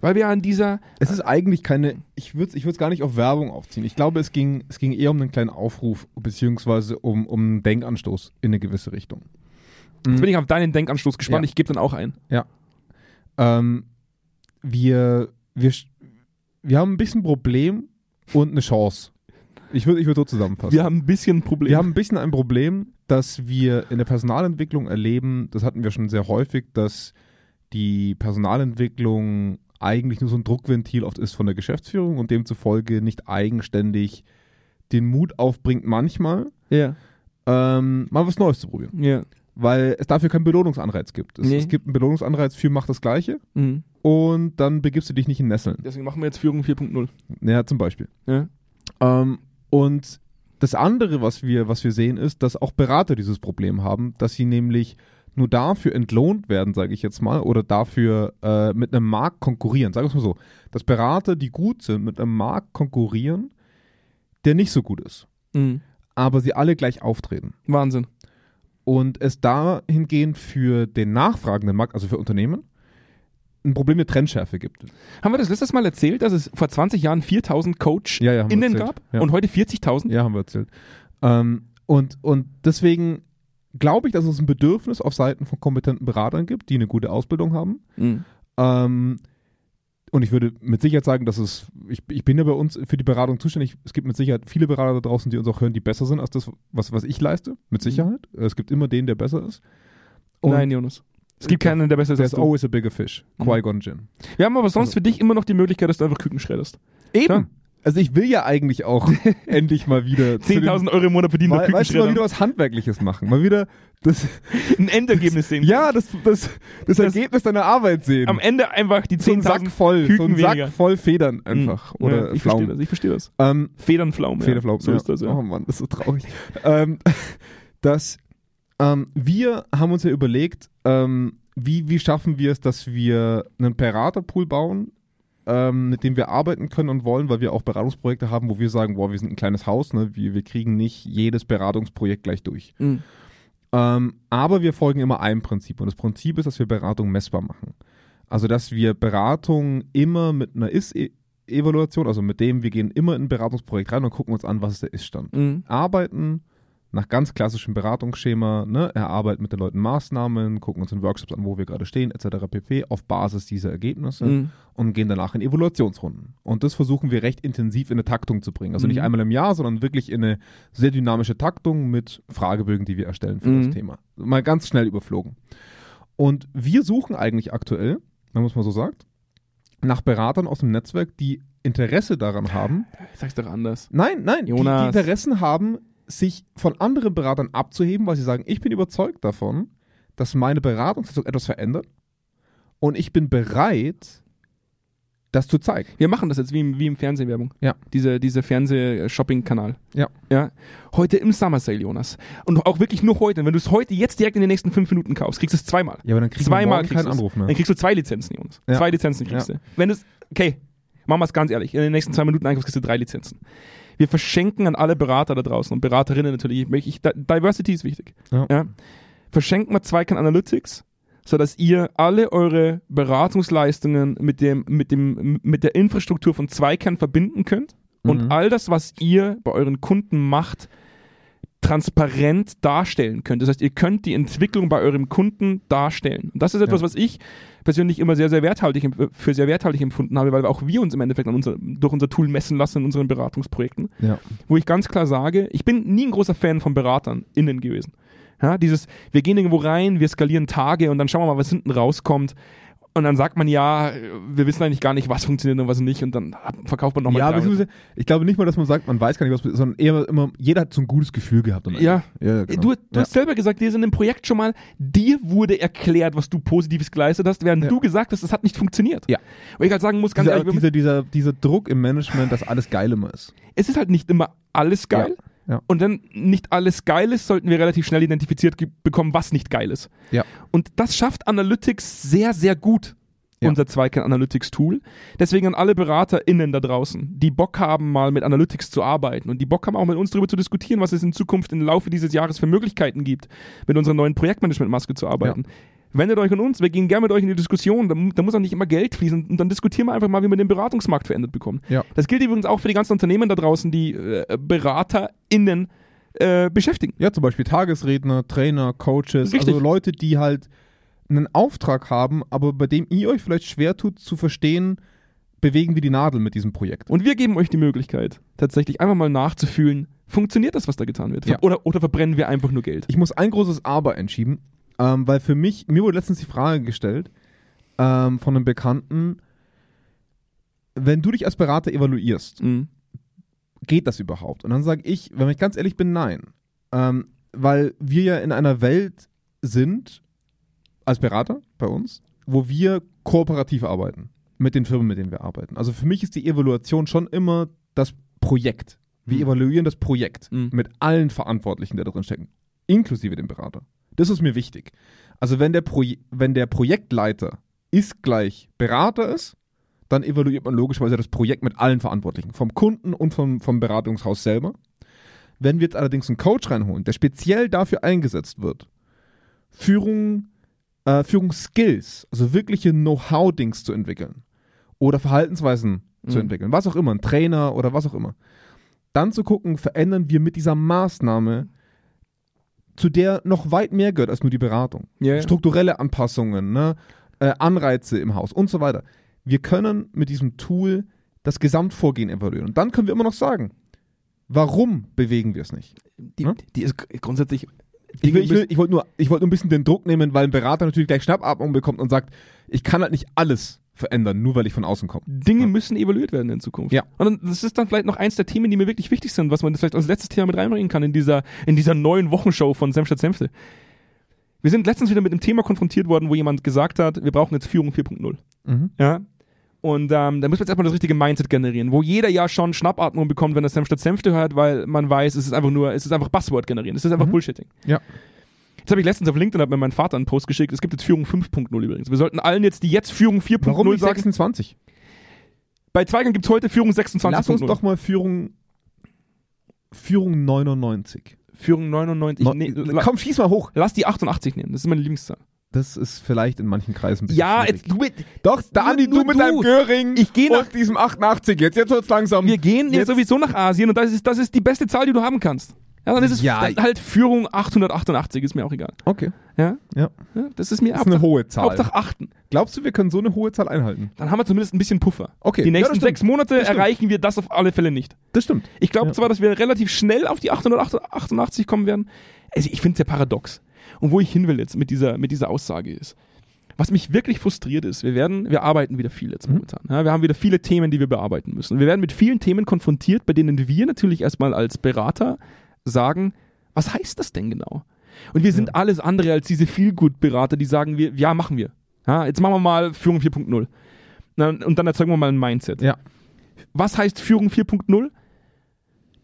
Weil wir an dieser.
Es ist eigentlich keine, ich würde es ich würd's gar nicht auf Werbung aufziehen. Ich glaube, es ging, es ging eher um einen kleinen Aufruf, beziehungsweise um, um einen Denkanstoß in eine gewisse Richtung.
Jetzt bin ich auf deinen Denkanstoß gespannt.
Ja.
Ich gebe dann auch ein.
Ähm, wir, wir, sch- wir haben ein bisschen Problem und eine Chance. Ich würde ich würd so zusammenfassen.
Wir haben ein bisschen ein Problem.
Wir haben ein bisschen ein Problem, dass wir in der Personalentwicklung erleben, das hatten wir schon sehr häufig, dass die Personalentwicklung eigentlich nur so ein Druckventil oft ist von der Geschäftsführung und demzufolge nicht eigenständig den Mut aufbringt, manchmal
ja.
ähm, mal was Neues zu probieren.
Ja.
Weil es dafür keinen Belohnungsanreiz gibt. Es,
Nee.
es gibt einen Belohnungsanreiz für mach das Gleiche
Mhm.
und dann begibst du dich nicht in Nesseln.
Deswegen machen wir jetzt Führung 4.0.
Ja, zum Beispiel.
Ja.
Ähm, und das andere, was wir, was wir sehen, ist, dass auch Berater dieses Problem haben, dass sie nämlich nur dafür entlohnt werden, sage ich jetzt mal, oder dafür äh, mit einem Markt konkurrieren. Sagen wir es mal so, dass Berater, die gut sind, mit einem Markt konkurrieren, der nicht so gut ist,
Mhm.
aber sie alle gleich auftreten.
Wahnsinn.
Und es dahingehend für den nachfragenden Markt, also für Unternehmen, ein Problem der Trendschärfe gibt.
Haben wir das letztes Mal erzählt, dass es vor 20 Jahren 4000 Coach
Ja, ja, haben wir
innen
erzählt.
gab
Ja.
und heute 40.000?
Ja, haben wir erzählt. Ähm, und, und deswegen glaube ich, dass es ein Bedürfnis auf Seiten von kompetenten Beratern gibt, die eine gute Ausbildung haben.
Mhm.
Ähm, und ich würde mit Sicherheit sagen, dass es, ich, ich bin ja bei uns für die Beratung zuständig. Es gibt mit Sicherheit viele Berater da draußen, die uns auch hören, die besser sind als das, was, was ich leiste. Mit Sicherheit. Äh, Es gibt immer den, der besser ist. Und
Mhm. Nein, Jonas. Es gibt keinen, der besser ist als
there's
du.
always a bigger fish.
Mhm.
Qui-Gon Jinn.
Wir haben aber sonst
Also-
für dich immer noch die Möglichkeit, dass du einfach Küken schredderst.
Eben.
Ja.
Also ich will ja eigentlich auch endlich mal wieder zu den-
10.000 Euro im Monat verdienen
mal, weißt du, mal wieder was Handwerkliches machen. Mal wieder das,
ein Endergebnis sehen.
ja, das, das, das, Ergebnis deiner Arbeit sehen.
Am Ende einfach die
so
10.000
ein Sack voll,
Küken
so ein
weniger.
Sack voll Federn einfach.
Mhm.
Oder
ja, ich verstehe
Pflaumen.
das, ich verstehe das.
Ähm,
Federn, Pflaumen.
Federflaumen.
Ja. So ist das, ja.
Oh Mann, das ist so traurig. ähm, dass ähm, wir haben uns ja überlegt, ähm, wie, wie schaffen wir es, dass wir einen Beraterpool bauen, ähm, mit dem wir arbeiten können und wollen, weil wir auch Beratungsprojekte haben, wo wir sagen, boah, wir sind ein kleines Haus, ne? wir, wir kriegen nicht jedes Beratungsprojekt gleich durch.
Mhm.
Ähm, aber wir folgen immer einem Prinzip und das Prinzip ist, dass wir Beratung messbar machen. Also, dass wir Beratung immer mit einer Ist-Evaluation, also mit dem, wir gehen immer in ein Beratungsprojekt rein und gucken uns an, was ist der Ist-Stand.
Mhm.
Arbeiten nach ganz klassischem Beratungsschema, ne, erarbeiten mit den Leuten Maßnahmen, gucken uns in Workshops an, wo wir gerade stehen, etc. pp. auf Basis dieser Ergebnisse
Mhm.
und gehen danach in Evaluationsrunden. Und das versuchen wir recht intensiv in eine Taktung zu bringen. Also nicht
Mhm.
einmal im Jahr, sondern wirklich in eine sehr dynamische Taktung mit Fragebögen, die wir erstellen für
Mhm.
das Thema. Mal ganz schnell überflogen. Und wir suchen eigentlich aktuell, wenn man es mal so sagt, nach Beratern aus dem Netzwerk, die Interesse daran haben.
Ich sag's doch anders.
Nein, nein, die, die
Jonas.
Interessen haben, sich von anderen Beratern abzuheben, weil sie sagen, ich bin überzeugt davon, dass meine Beratungsleistung etwas verändert und ich bin bereit, das zu zeigen.
Wir machen das jetzt wie im, wie im Fernsehwerbung.
Ja.
Dieser diese Fernseh-Shopping-Kanal.
Ja.
ja. Heute im Summer Sale, Jonas. Und auch wirklich nur heute. Wenn du es heute jetzt direkt in den nächsten fünf Minuten kaufst, kriegst du es zweimal.
Ja, aber dann
Zweimal kriegst
keinen
du
Anruf
Dann
mehr.
kriegst du zwei Lizenzen, Jonas.
Ja.
Zwei Lizenzen kriegst du. Wenn es, okay, machen wir es ganz ehrlich. In den nächsten zwei Minuten Einkaufs kriegst du drei Lizenzen. Wir verschenken an alle Berater da draußen und Beraterinnen natürlich. Ich, möchte- ich, Di- Diversity ist wichtig.
Ja.
Verschenken wir Zweikern Analytics, sodass ihr alle eure Beratungsleistungen mit, dem, mit, dem, mit der Infrastruktur von Zweikern verbinden könnt und
Mhm.
all das, was ihr bei euren Kunden macht, transparent darstellen könnt. Das heißt, ihr könnt die Entwicklung bei eurem Kunden darstellen. Und das ist etwas,
Ja.
was ich persönlich immer sehr, sehr werthaltig, emp- für sehr werthaltig empfunden habe, weil auch wir uns im Endeffekt an unser, durch unser Tool messen lassen in unseren Beratungsprojekten,
Ja.
wo ich ganz klar sage, ich bin nie ein großer Fan von Beratern innen gewesen. Ja, dieses, wir gehen irgendwo rein, wir skalieren Tage und dann schauen wir mal, was hinten rauskommt. Und dann sagt man ja, wir wissen eigentlich gar nicht, was funktioniert und was nicht. Und dann verkauft man nochmal
Ja, beziehungsweise, ich glaube nicht mal, dass man sagt, man weiß gar nicht, was, sondern eher immer, jeder hat so ein gutes Gefühl gehabt. am Ende.
Ja.
ja genau.
Du, du
ja.
hast selber gesagt, dir ist in dem Projekt schon mal, dir wurde erklärt, was du Positives geleistet hast, während
Ja.
du gesagt hast, es hat nicht funktioniert.
Ja.
Und ich halt sagen muss, ganz
dieser,
ehrlich,
dieser, dieser, dieser Druck im Management, dass alles geil immer ist.
es ist halt nicht immer alles geil.
Ja.
Und wenn nicht alles geil ist, sollten wir relativ schnell identifiziert ge- bekommen, was nicht geil ist.
Ja.
Und das schafft Analytics sehr, sehr gut,
Ja.
unser Zweikern Analytics Tool. Deswegen an alle BeraterInnen da draußen, die Bock haben, mal mit Analytics zu arbeiten und die Bock haben, auch mit uns darüber zu diskutieren, was es in Zukunft im Laufe dieses Jahres für Möglichkeiten gibt, mit unserer neuen Projektmanagement-Maske zu arbeiten. Wendet euch an uns, wir gehen gerne mit euch in die Diskussion, da, mu- da muss auch nicht immer Geld fließen und dann diskutieren wir einfach mal, wie wir den Beratungsmarkt verändert bekommen.
Ja.
Das gilt übrigens auch für die ganzen Unternehmen da draußen, die äh, BeraterInnen äh, beschäftigen.
Ja, zum Beispiel Tagesredner, Trainer, Coaches,
Richtig.
also Leute, die halt einen Auftrag haben, aber bei dem ihr euch vielleicht schwer tut zu verstehen, bewegen wir die Nadel mit diesem Projekt.
Und wir geben euch die Möglichkeit, tatsächlich einfach mal nachzufühlen, funktioniert das, was da getan wird? Ver-
Ja.
Oder, oder verbrennen wir einfach nur Geld?
Ich muss ein großes Aber einschieben, ähm, weil für mich, mir wurde letztens die Frage gestellt ähm, von einem Bekannten, wenn du dich als Berater evaluierst,
Mhm.
geht das überhaupt? Und dann sage ich, wenn ich ganz ehrlich bin, nein. Ähm, weil wir ja in einer Welt sind, als Berater bei uns, wo wir kooperativ arbeiten mit den Firmen, mit denen wir arbeiten. Also für mich ist die Evaluation schon immer das Projekt. Wir
Mhm.
evaluieren das Projekt
Mhm.
mit allen Verantwortlichen, die da drin stecken, inklusive dem Berater. Das ist mir wichtig. Also wenn der, Proje wenn der Projektleiter ist gleich Berater ist, dann evaluiert man logischerweise das Projekt mit allen Verantwortlichen, vom Kunden und vom, vom Beratungshaus selber. Wenn wir jetzt allerdings einen Coach reinholen, der speziell dafür eingesetzt wird, Führung, äh, Führungsskills, also wirkliche Know-how-Dings zu entwickeln oder Verhaltensweisen zu
Mhm.
entwickeln, was auch immer, ein Trainer oder was auch immer, dann zu gucken, verändern wir mit dieser Maßnahme, zu der noch weit mehr gehört als nur die Beratung
Ja, ja.
strukturelle Anpassungen, ne? äh, Anreize im Haus und so weiter. Wir können mit diesem Tool das Gesamtvorgehen evaluieren. Und dann können wir immer noch sagen, warum bewegen wir es nicht?
Die,
Ne?
die ist gr- grundsätzlich.
Ich,
Dinge
will, ich, will, ich wollte nur, ich wollte nur ein bisschen den Druck nehmen, weil ein Berater natürlich gleich Schnappatmung bekommt und sagt, ich kann halt nicht alles verändern, nur weil ich von außen komme.
Dinge müssen evaluiert werden in Zukunft.
Ja.
Und dann- das ist dann vielleicht noch eins der Themen, die mir wirklich wichtig sind, was man vielleicht als letztes Thema mit reinbringen kann in dieser, in dieser neuen Wochenshow von Senfstadt Senfte. Wir sind letztens wieder mit einem Thema konfrontiert worden, wo jemand gesagt hat, wir brauchen jetzt Führung 4.0. Ja. Und ähm, da müssen wir jetzt erstmal das richtige Mindset generieren, wo jeder ja schon Schnappatmung bekommt, wenn er Senf statt Senfte hört, weil man weiß, es ist einfach nur, es ist einfach Buzzword generieren, es ist einfach
Mhm.
Bullshitting.
Ja.
Jetzt habe ich letztens auf LinkedIn hat mir mein Vater einen Post geschickt, es gibt jetzt Führung 5.0 übrigens. Wir sollten allen jetzt, die jetzt Führung 4.0
Warum
sagen,
26?
bei Zweigern gibt es heute Führung 26.0.
Lass uns doch mal Führung, Führung 99.
Führung 99.
Neu-
nee, la-
Komm, schieß mal hoch.
lass die 88 nehmen, das ist meine Lieblingszahl.
Das ist vielleicht in manchen Kreisen ein bisschen
Ja,
schwierig.
jetzt, du, mit-
Doch, Dani,
nur
du mit
du.
deinem Göring
Ich geh nach-
und diesem 88. Jetzt, jetzt wird's langsam.
wir gehen jetzt
Jetzt-
sowieso nach Asien und das ist, das ist die beste Zahl, die du haben kannst. Ja, dann ist es
Ja.
dann halt Führung 888, ist mir auch egal.
Okay.
Ja?
Ja.
Ja, Ne? Das ist mir
Das ist eine
Hauptsache-
hohe Zahl.
Hauptsache achten.
Glaubst du, wir können so eine hohe Zahl einhalten?
Dann haben wir zumindest ein bisschen Puffer.
Okay.
Die
Ja,
nächsten
das stimmt.
sechs Monate
stimmt.
erreichen wir das auf alle Fälle nicht.
Das stimmt.
Ich glaube
Ja.
zwar, dass wir relativ schnell auf die 888 kommen werden. Also ich finde es ja paradox. Und wo ich hin will jetzt mit dieser, mit dieser Aussage ist, was mich wirklich frustriert ist, wir werden, wir arbeiten wieder viel jetzt momentan. Ja, wir haben wieder viele Themen, die wir bearbeiten müssen. Wir werden mit vielen Themen konfrontiert, bei denen wir natürlich erstmal als Berater sagen, was heißt das denn genau? Und wir sind alles andere als diese Feelgood-Berater, die sagen, wir, ja, machen wir. Ja, jetzt machen wir mal Führung 4.0. Na, Und dann erzeugen wir mal ein Mindset
Ja.
was heißt Führung 4.0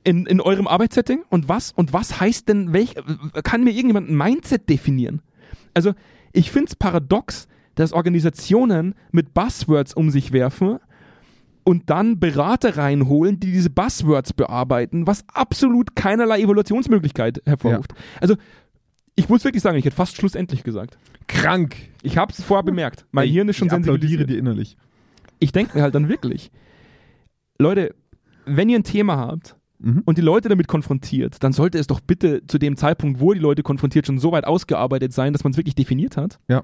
in, in eurem Arbeitssetting und was und was heißt denn welch kann mir irgendjemand ein Mindset definieren? Also, ich finde es paradox, dass Organisationen mit Buzzwords um sich werfen und dann Berater reinholen, die diese Buzzwords bearbeiten, was absolut keinerlei Evaluationsmöglichkeit hervorruft. Also, ich muss wirklich sagen, ich hätte fast schlussendlich gesagt.
Krank.
Ich habe es vorher bemerkt. Mein
Ich-
Hirn ist schon
ich applaudiere
sensibilisiert
dir innerlich.
ich denke mir halt dann wirklich, Leute, wenn ihr ein Thema habt
Mhm.
und die Leute damit konfrontiert, dann sollte es doch bitte zu dem Zeitpunkt, wo die Leute konfrontiert, schon so weit ausgearbeitet sein, dass man es wirklich definiert hat.
Ja.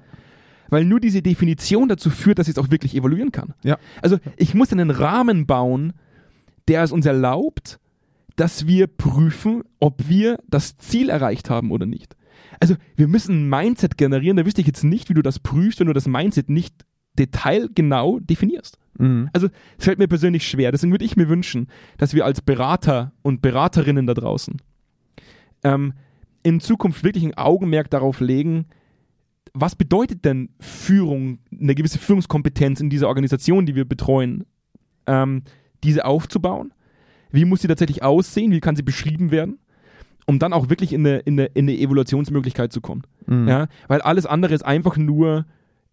Weil nur diese Definition dazu führt, dass ich es auch wirklich evaluieren kann.
Ja.
Also ich muss einen Rahmen bauen, der es uns erlaubt, dass wir prüfen, ob wir das Ziel erreicht haben oder nicht. Also wir müssen ein Mindset generieren, da wüsste ich jetzt nicht, wie du das prüfst, wenn du das Mindset nicht detailgenau definierst.
Mhm.
Also es fällt mir persönlich schwer. Deswegen würde ich mir wünschen, dass wir als Berater und Beraterinnen da draußen ähm, in Zukunft wirklich ein Augenmerk darauf legen, was bedeutet denn Führung, eine gewisse Führungskompetenz in dieser Organisation, die wir betreuen, ähm, diese aufzubauen? Wie muss sie tatsächlich aussehen? Wie kann sie beschrieben werden? Um dann auch wirklich in eine, in eine, in eine Evaluationsmöglichkeit zu kommen.
Mhm.
Ja, weil alles andere ist einfach nur,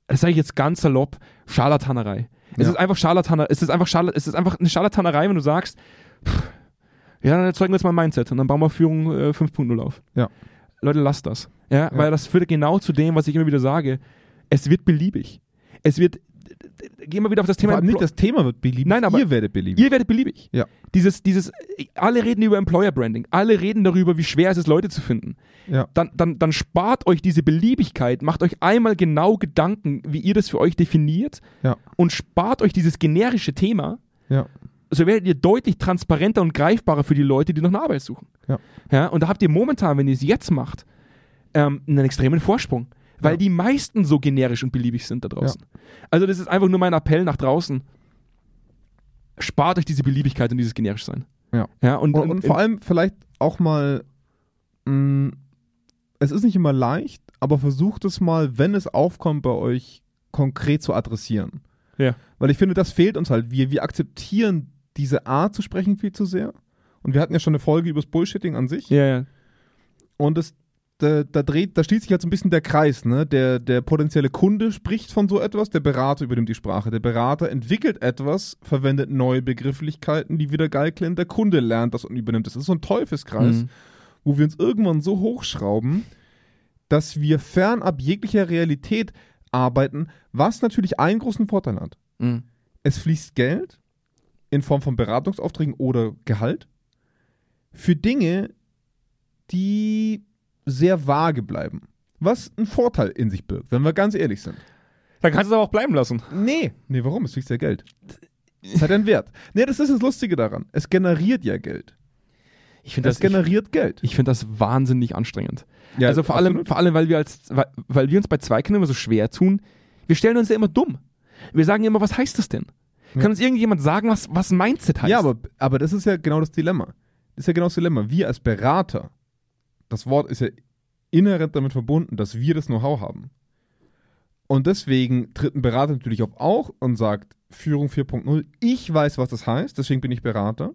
das sage ich jetzt ganz salopp, Scharlatanerei. Es
Ja.
ist einfach Scharlatanerei, es ist einfach Scharla, es ist einfach eine Scharlatanerei, wenn du sagst, pff, ja, dann erzeugen wir jetzt mal ein Mindset und dann bauen wir Führung äh, 5.0 auf.
Ja.
Leute, lasst das. Ja, weil das führt genau zu dem, was ich immer wieder sage. Es wird beliebig. Es wird gehen wir wieder auf das
Vor
Thema
allem nicht das Thema wird beliebig.
Nein, aber-
ihr werdet beliebig.
Ihr werdet beliebig.
Ja.
Dieses, dieses, alle reden über Employer Branding, alle reden darüber, wie schwer es ist, Leute zu finden.
Ja.
Dann, dann, dann spart euch diese Beliebigkeit, macht euch einmal genau Gedanken, wie ihr das für euch definiert
Ja.
und spart euch dieses generische Thema.
Ja.
So Also werdet ihr deutlich transparenter und greifbarer für die Leute, die nach einer Arbeit suchen.
Ja.
Ja, und da habt ihr momentan, wenn ihr es jetzt macht, ähm, einen extremen Vorsprung. Weil
Ja.
die meisten so generisch und beliebig sind da draußen. Also, das ist einfach nur mein Appell nach draußen spart euch diese Beliebigkeit und dieses generisch sein.
Ja.
ja und,
Und, und vor
allem
allem vielleicht auch mal, mh, es ist nicht immer leicht, aber versucht es mal, wenn es aufkommt bei euch, konkret zu adressieren.
Ja.
Weil ich finde, das fehlt uns halt. Wir, wir akzeptieren diese Art zu sprechen viel zu sehr. Und wir hatten ja schon eine Folge über das Bullshitting an sich.
ja, ja.
Und das, da, da, dreht, da schließt sich halt so ein bisschen der Kreis. Ne? Der, der potenzielle Kunde spricht von so etwas, der Berater übernimmt die Sprache. Der Berater entwickelt etwas, verwendet neue Begrifflichkeiten, die wieder geil klingen. Der Kunde lernt das und übernimmt das. Das ist so ein Teufelskreis,
Mhm.
wo wir uns irgendwann so hochschrauben, dass wir fernab jeglicher Realität arbeiten, was natürlich einen großen Vorteil hat.
Mhm.
Es fließt Geld in Form von Beratungsaufträgen oder Gehalt für Dinge, die sehr vage bleiben. Was einen Vorteil in sich birgt, wenn wir ganz ehrlich sind.
Dann kannst du es aber auch bleiben lassen.
Nee. Nee, warum? Es fließt ja Geld. Es hat einen Wert. Nee, das ist das Lustige daran. Es generiert ja Geld.
Ich finde
Es
das, ich,
generiert Geld.
ich find das wahnsinnig anstrengend.
Ja,
also vor allem, vor allem, weil wir als weil, weil wir uns bei Zweikern immer so schwer tun, wir stellen uns ja immer dumm. Wir sagen immer, was heißt das denn?
Ja.
Kann uns irgendjemand sagen, was, was Mindset heißt?
Ja, aber, aber das ist ja genau das Dilemma. Das ist ja genau das Dilemma. Wir als Berater, das Wort ist ja inhärent damit verbunden, dass wir das Know-how haben. Und deswegen tritt ein Berater natürlich auf auch und sagt, Führung 4.0, ich weiß, was das heißt, deswegen bin ich Berater.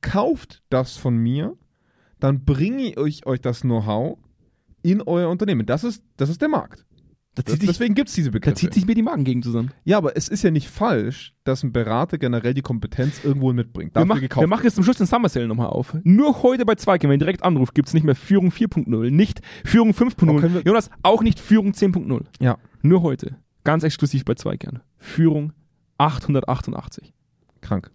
Kauft das von mir, dann bringe ich euch das Know-how in euer Unternehmen. Das ist, das ist der Markt.
da
Das,
zieht, sich,
deswegen gibt es diese
da
Begriffe.
zieht sich mir die Magengegend zusammen.
ja, aber es ist ja nicht falsch, dass ein Berater generell die Kompetenz irgendwo mitbringt.
Wir,
Dafür
machen-
gekauft
wir machen jetzt zum Schluss den Summer Sale nochmal auf. Nur heute bei Zweikern, wenn ihr direkt anruft, gibt es nicht mehr Führung 4.0, nicht Führung
Aber
5.0.
können wir-
Jonas, auch nicht Führung 10.0.
Ja.
Nur heute. Ganz exklusiv bei Zweikern. Führung 888.
krank.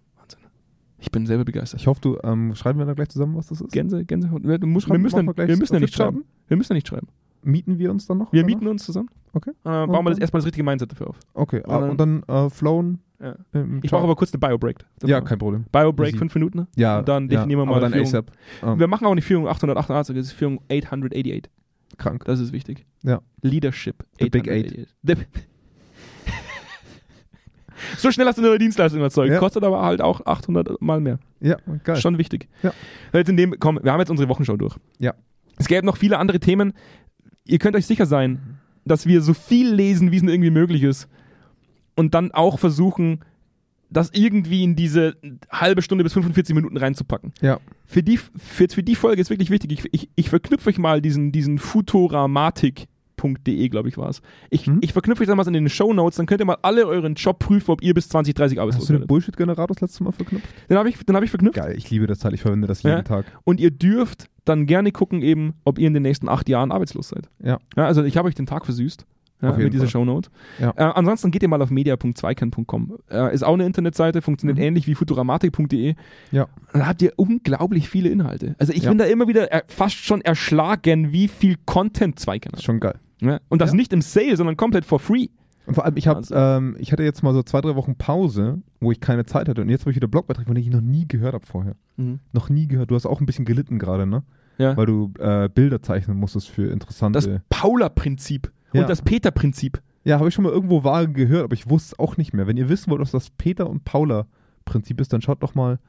Ich bin selber begeistert.
Ich hoffe, du ähm, schreiben wir da gleich zusammen, was das ist.
Gänse, Gänsehaut. Wir, muss, wir
Schreiben-
müssen,
machen
ja-
gleich
wir müssen ja
auf
nicht
Discord?
schreiben. Wir müssen ja nicht schreiben.
Mieten wir uns dann noch?
Wir
danach?
mieten uns zusammen.
Mhm. Okay.
Und dann
Und
bauen wir das
dann?
erstmal das richtige Mindset dafür auf.
Okay, ah,
Und
und dann äh, flown.
Ja.
im
Ich
Chat.
brauche aber kurz eine Bio-Break.
Ja, kein Problem.
Bio-Break,
Easy.
fünf Minuten. ne?
Ja,
Und dann definieren wir
ja,
mal
aber dann
Führung.
ASAP. Ah,
Wir machen auch nicht Führung 888, das ist Führung 888.
krank.
Das ist wichtig.
Ja.
Leadership.
The Big
888. The- so schnell hast du eine neue Dienstleistung erzeugt.
Ja.
Kostet aber halt auch 800 Mal mehr.
Ja, geil.
Schon wichtig.
Ja.
Jetzt in dem, komm, wir haben jetzt unsere Wochenschau durch.
Ja.
Es gäbe noch viele andere Themen. Ihr könnt euch sicher sein, dass wir so viel lesen, wie es nur irgendwie möglich ist. Und dann auch versuchen, das irgendwie in diese halbe Stunde bis 45 Minuten reinzupacken.
Ja.
Für die, für, für die Folge ist wirklich wichtig, ich, ich, ich verknüpfe euch mal diesen, diesen futoramatik.de, glaube E, ich, war es. Ich,
Mhm.
ich verknüpfe euch dann mal in den Show Notes, dann könnt ihr mal alle euren Job prüfen, ob ihr bis 2030
Hast
arbeitslos
du den
werdet.
Bullshit-Generator das letzte Mal verknüpft?
Den habe ich, den hab ich verknüpft.
Geil, ich liebe das Teil, ich verwende das
Ja.
jeden Tag.
Und ihr dürft dann gerne gucken, eben, ob ihr in den nächsten acht Jahren arbeitslos seid.
Ja.
also ich habe euch den Tag versüßt. Ja,
Auf jeden
mit dieser
Fall.
Shownote.
Ja.
Äh, ansonsten geht ihr mal auf media.zweikern.com. Äh, ist auch eine Internetseite, funktioniert
Mhm.
ähnlich wie futuramatik.de.
Ja.
Da habt ihr unglaublich viele Inhalte. Also ich
Ja.
bin da immer wieder äh, fast schon erschlagen, wie viel Content Zweikern
Ist
hat.
schon geil.
Ja? Und das
Ja.
nicht im Sale, sondern komplett for free.
Und vor allem, ich, hab,
Wahnsinn.
ähm, ich hatte jetzt mal so zwei, drei Wochen Pause, wo ich keine Zeit hatte. Und jetzt habe ich wieder Blogbeiträge, von denen ich noch nie gehört habe vorher. Noch nie gehört. Du hast auch ein bisschen gelitten gerade, ne?
Ja.
Weil du äh, Bilder zeichnen musstest für interessante.
Das Paula-Prinzip
Ja.
und das Peter-Prinzip.
Ja, habe ich schon mal irgendwo vage gehört, aber ich wusste es auch nicht mehr. Wenn ihr wissen wollt, was das Peter und Paula Prinzip ist, dann schaut doch mal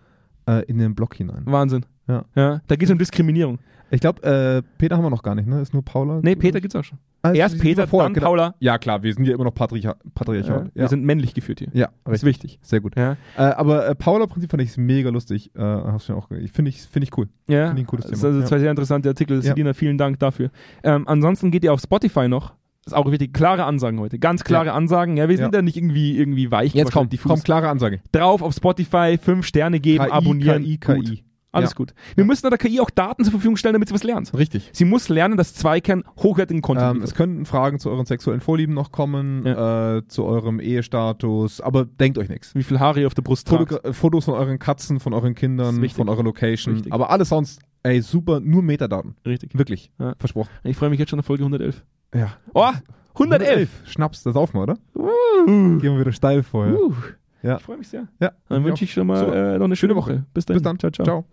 äh, in den Blog hinein.
Wahnsinn.
Ja.
Da geht es um Diskriminierung.
Ich glaube, äh, Peter haben wir noch gar nicht, ne? Ist nur Paula?
Nee, Peter gibt's auch schon.
Ah, es-
Erst
die sind
Peter,
vorher,
dann
genau.
Paula.
Ja, klar, wir sind ja immer noch Patriarch Patriarchat.
Äh, Ja.
Ja,
Wir sind männlich geführt hier.
ja
Das ist
richtig.
wichtig.
Sehr gut.
Ja,
Äh, aber äh, Paula Prinzip fand ich mega lustig. Äh, hab's mir auch ge- ich finde ich, find ich cool.
ja.
Finde ich ein cooles
das ist
Thema.
also
Ja.
zwei sehr interessante Artikel. Selina, vielen Dank dafür. Ähm, ansonsten geht ihr auf Spotify noch. Ist auch wichtig. Klare Ansagen heute. Ganz klare Ansagen. Ja, wir sind
Ja.
da nicht irgendwie, irgendwie weich.
Jetzt komm,
die
komm, klare Ansage.
Drauf auf Spotify, fünf Sterne geben,
KI,
abonnieren.
KI,
Gut.
KI.
Alles
Ja.
gut. Wir müssen der KI auch Daten zur Verfügung stellen, damit sie was lernt.
Richtig.
Sie muss lernen, dass Zweikern hochwertigen Content
Ähm, es
liefert.
könnten Fragen zu euren sexuellen Vorlieben noch kommen, äh, zu eurem Ehestatus, aber denkt euch nichts.
Wie viel Haare ihr auf der Brust tragt.
Fotogra- äh, Fotos von euren Katzen, von
Das
euren
ist
Kindern,
wichtig.
von eurer Location.
Wichtig.
Aber alles sonst, ey, super, nur Metadaten.
Richtig.
Wirklich.
Ja.
Versprochen.
Ich freue mich jetzt schon auf Folge 111.
Ja.
Oh, 111.
Schnaps, das auf mal, oder?
Uh.
Gehen wir wieder steil vorher.
Uh.
Ja.
Ich freue mich sehr.
Ja.
Dann wünsche ich schon mal
Super.
äh, noch eine schöne
Woche.
Woche. Bis,
Bis
dahin.
dann. Ciao.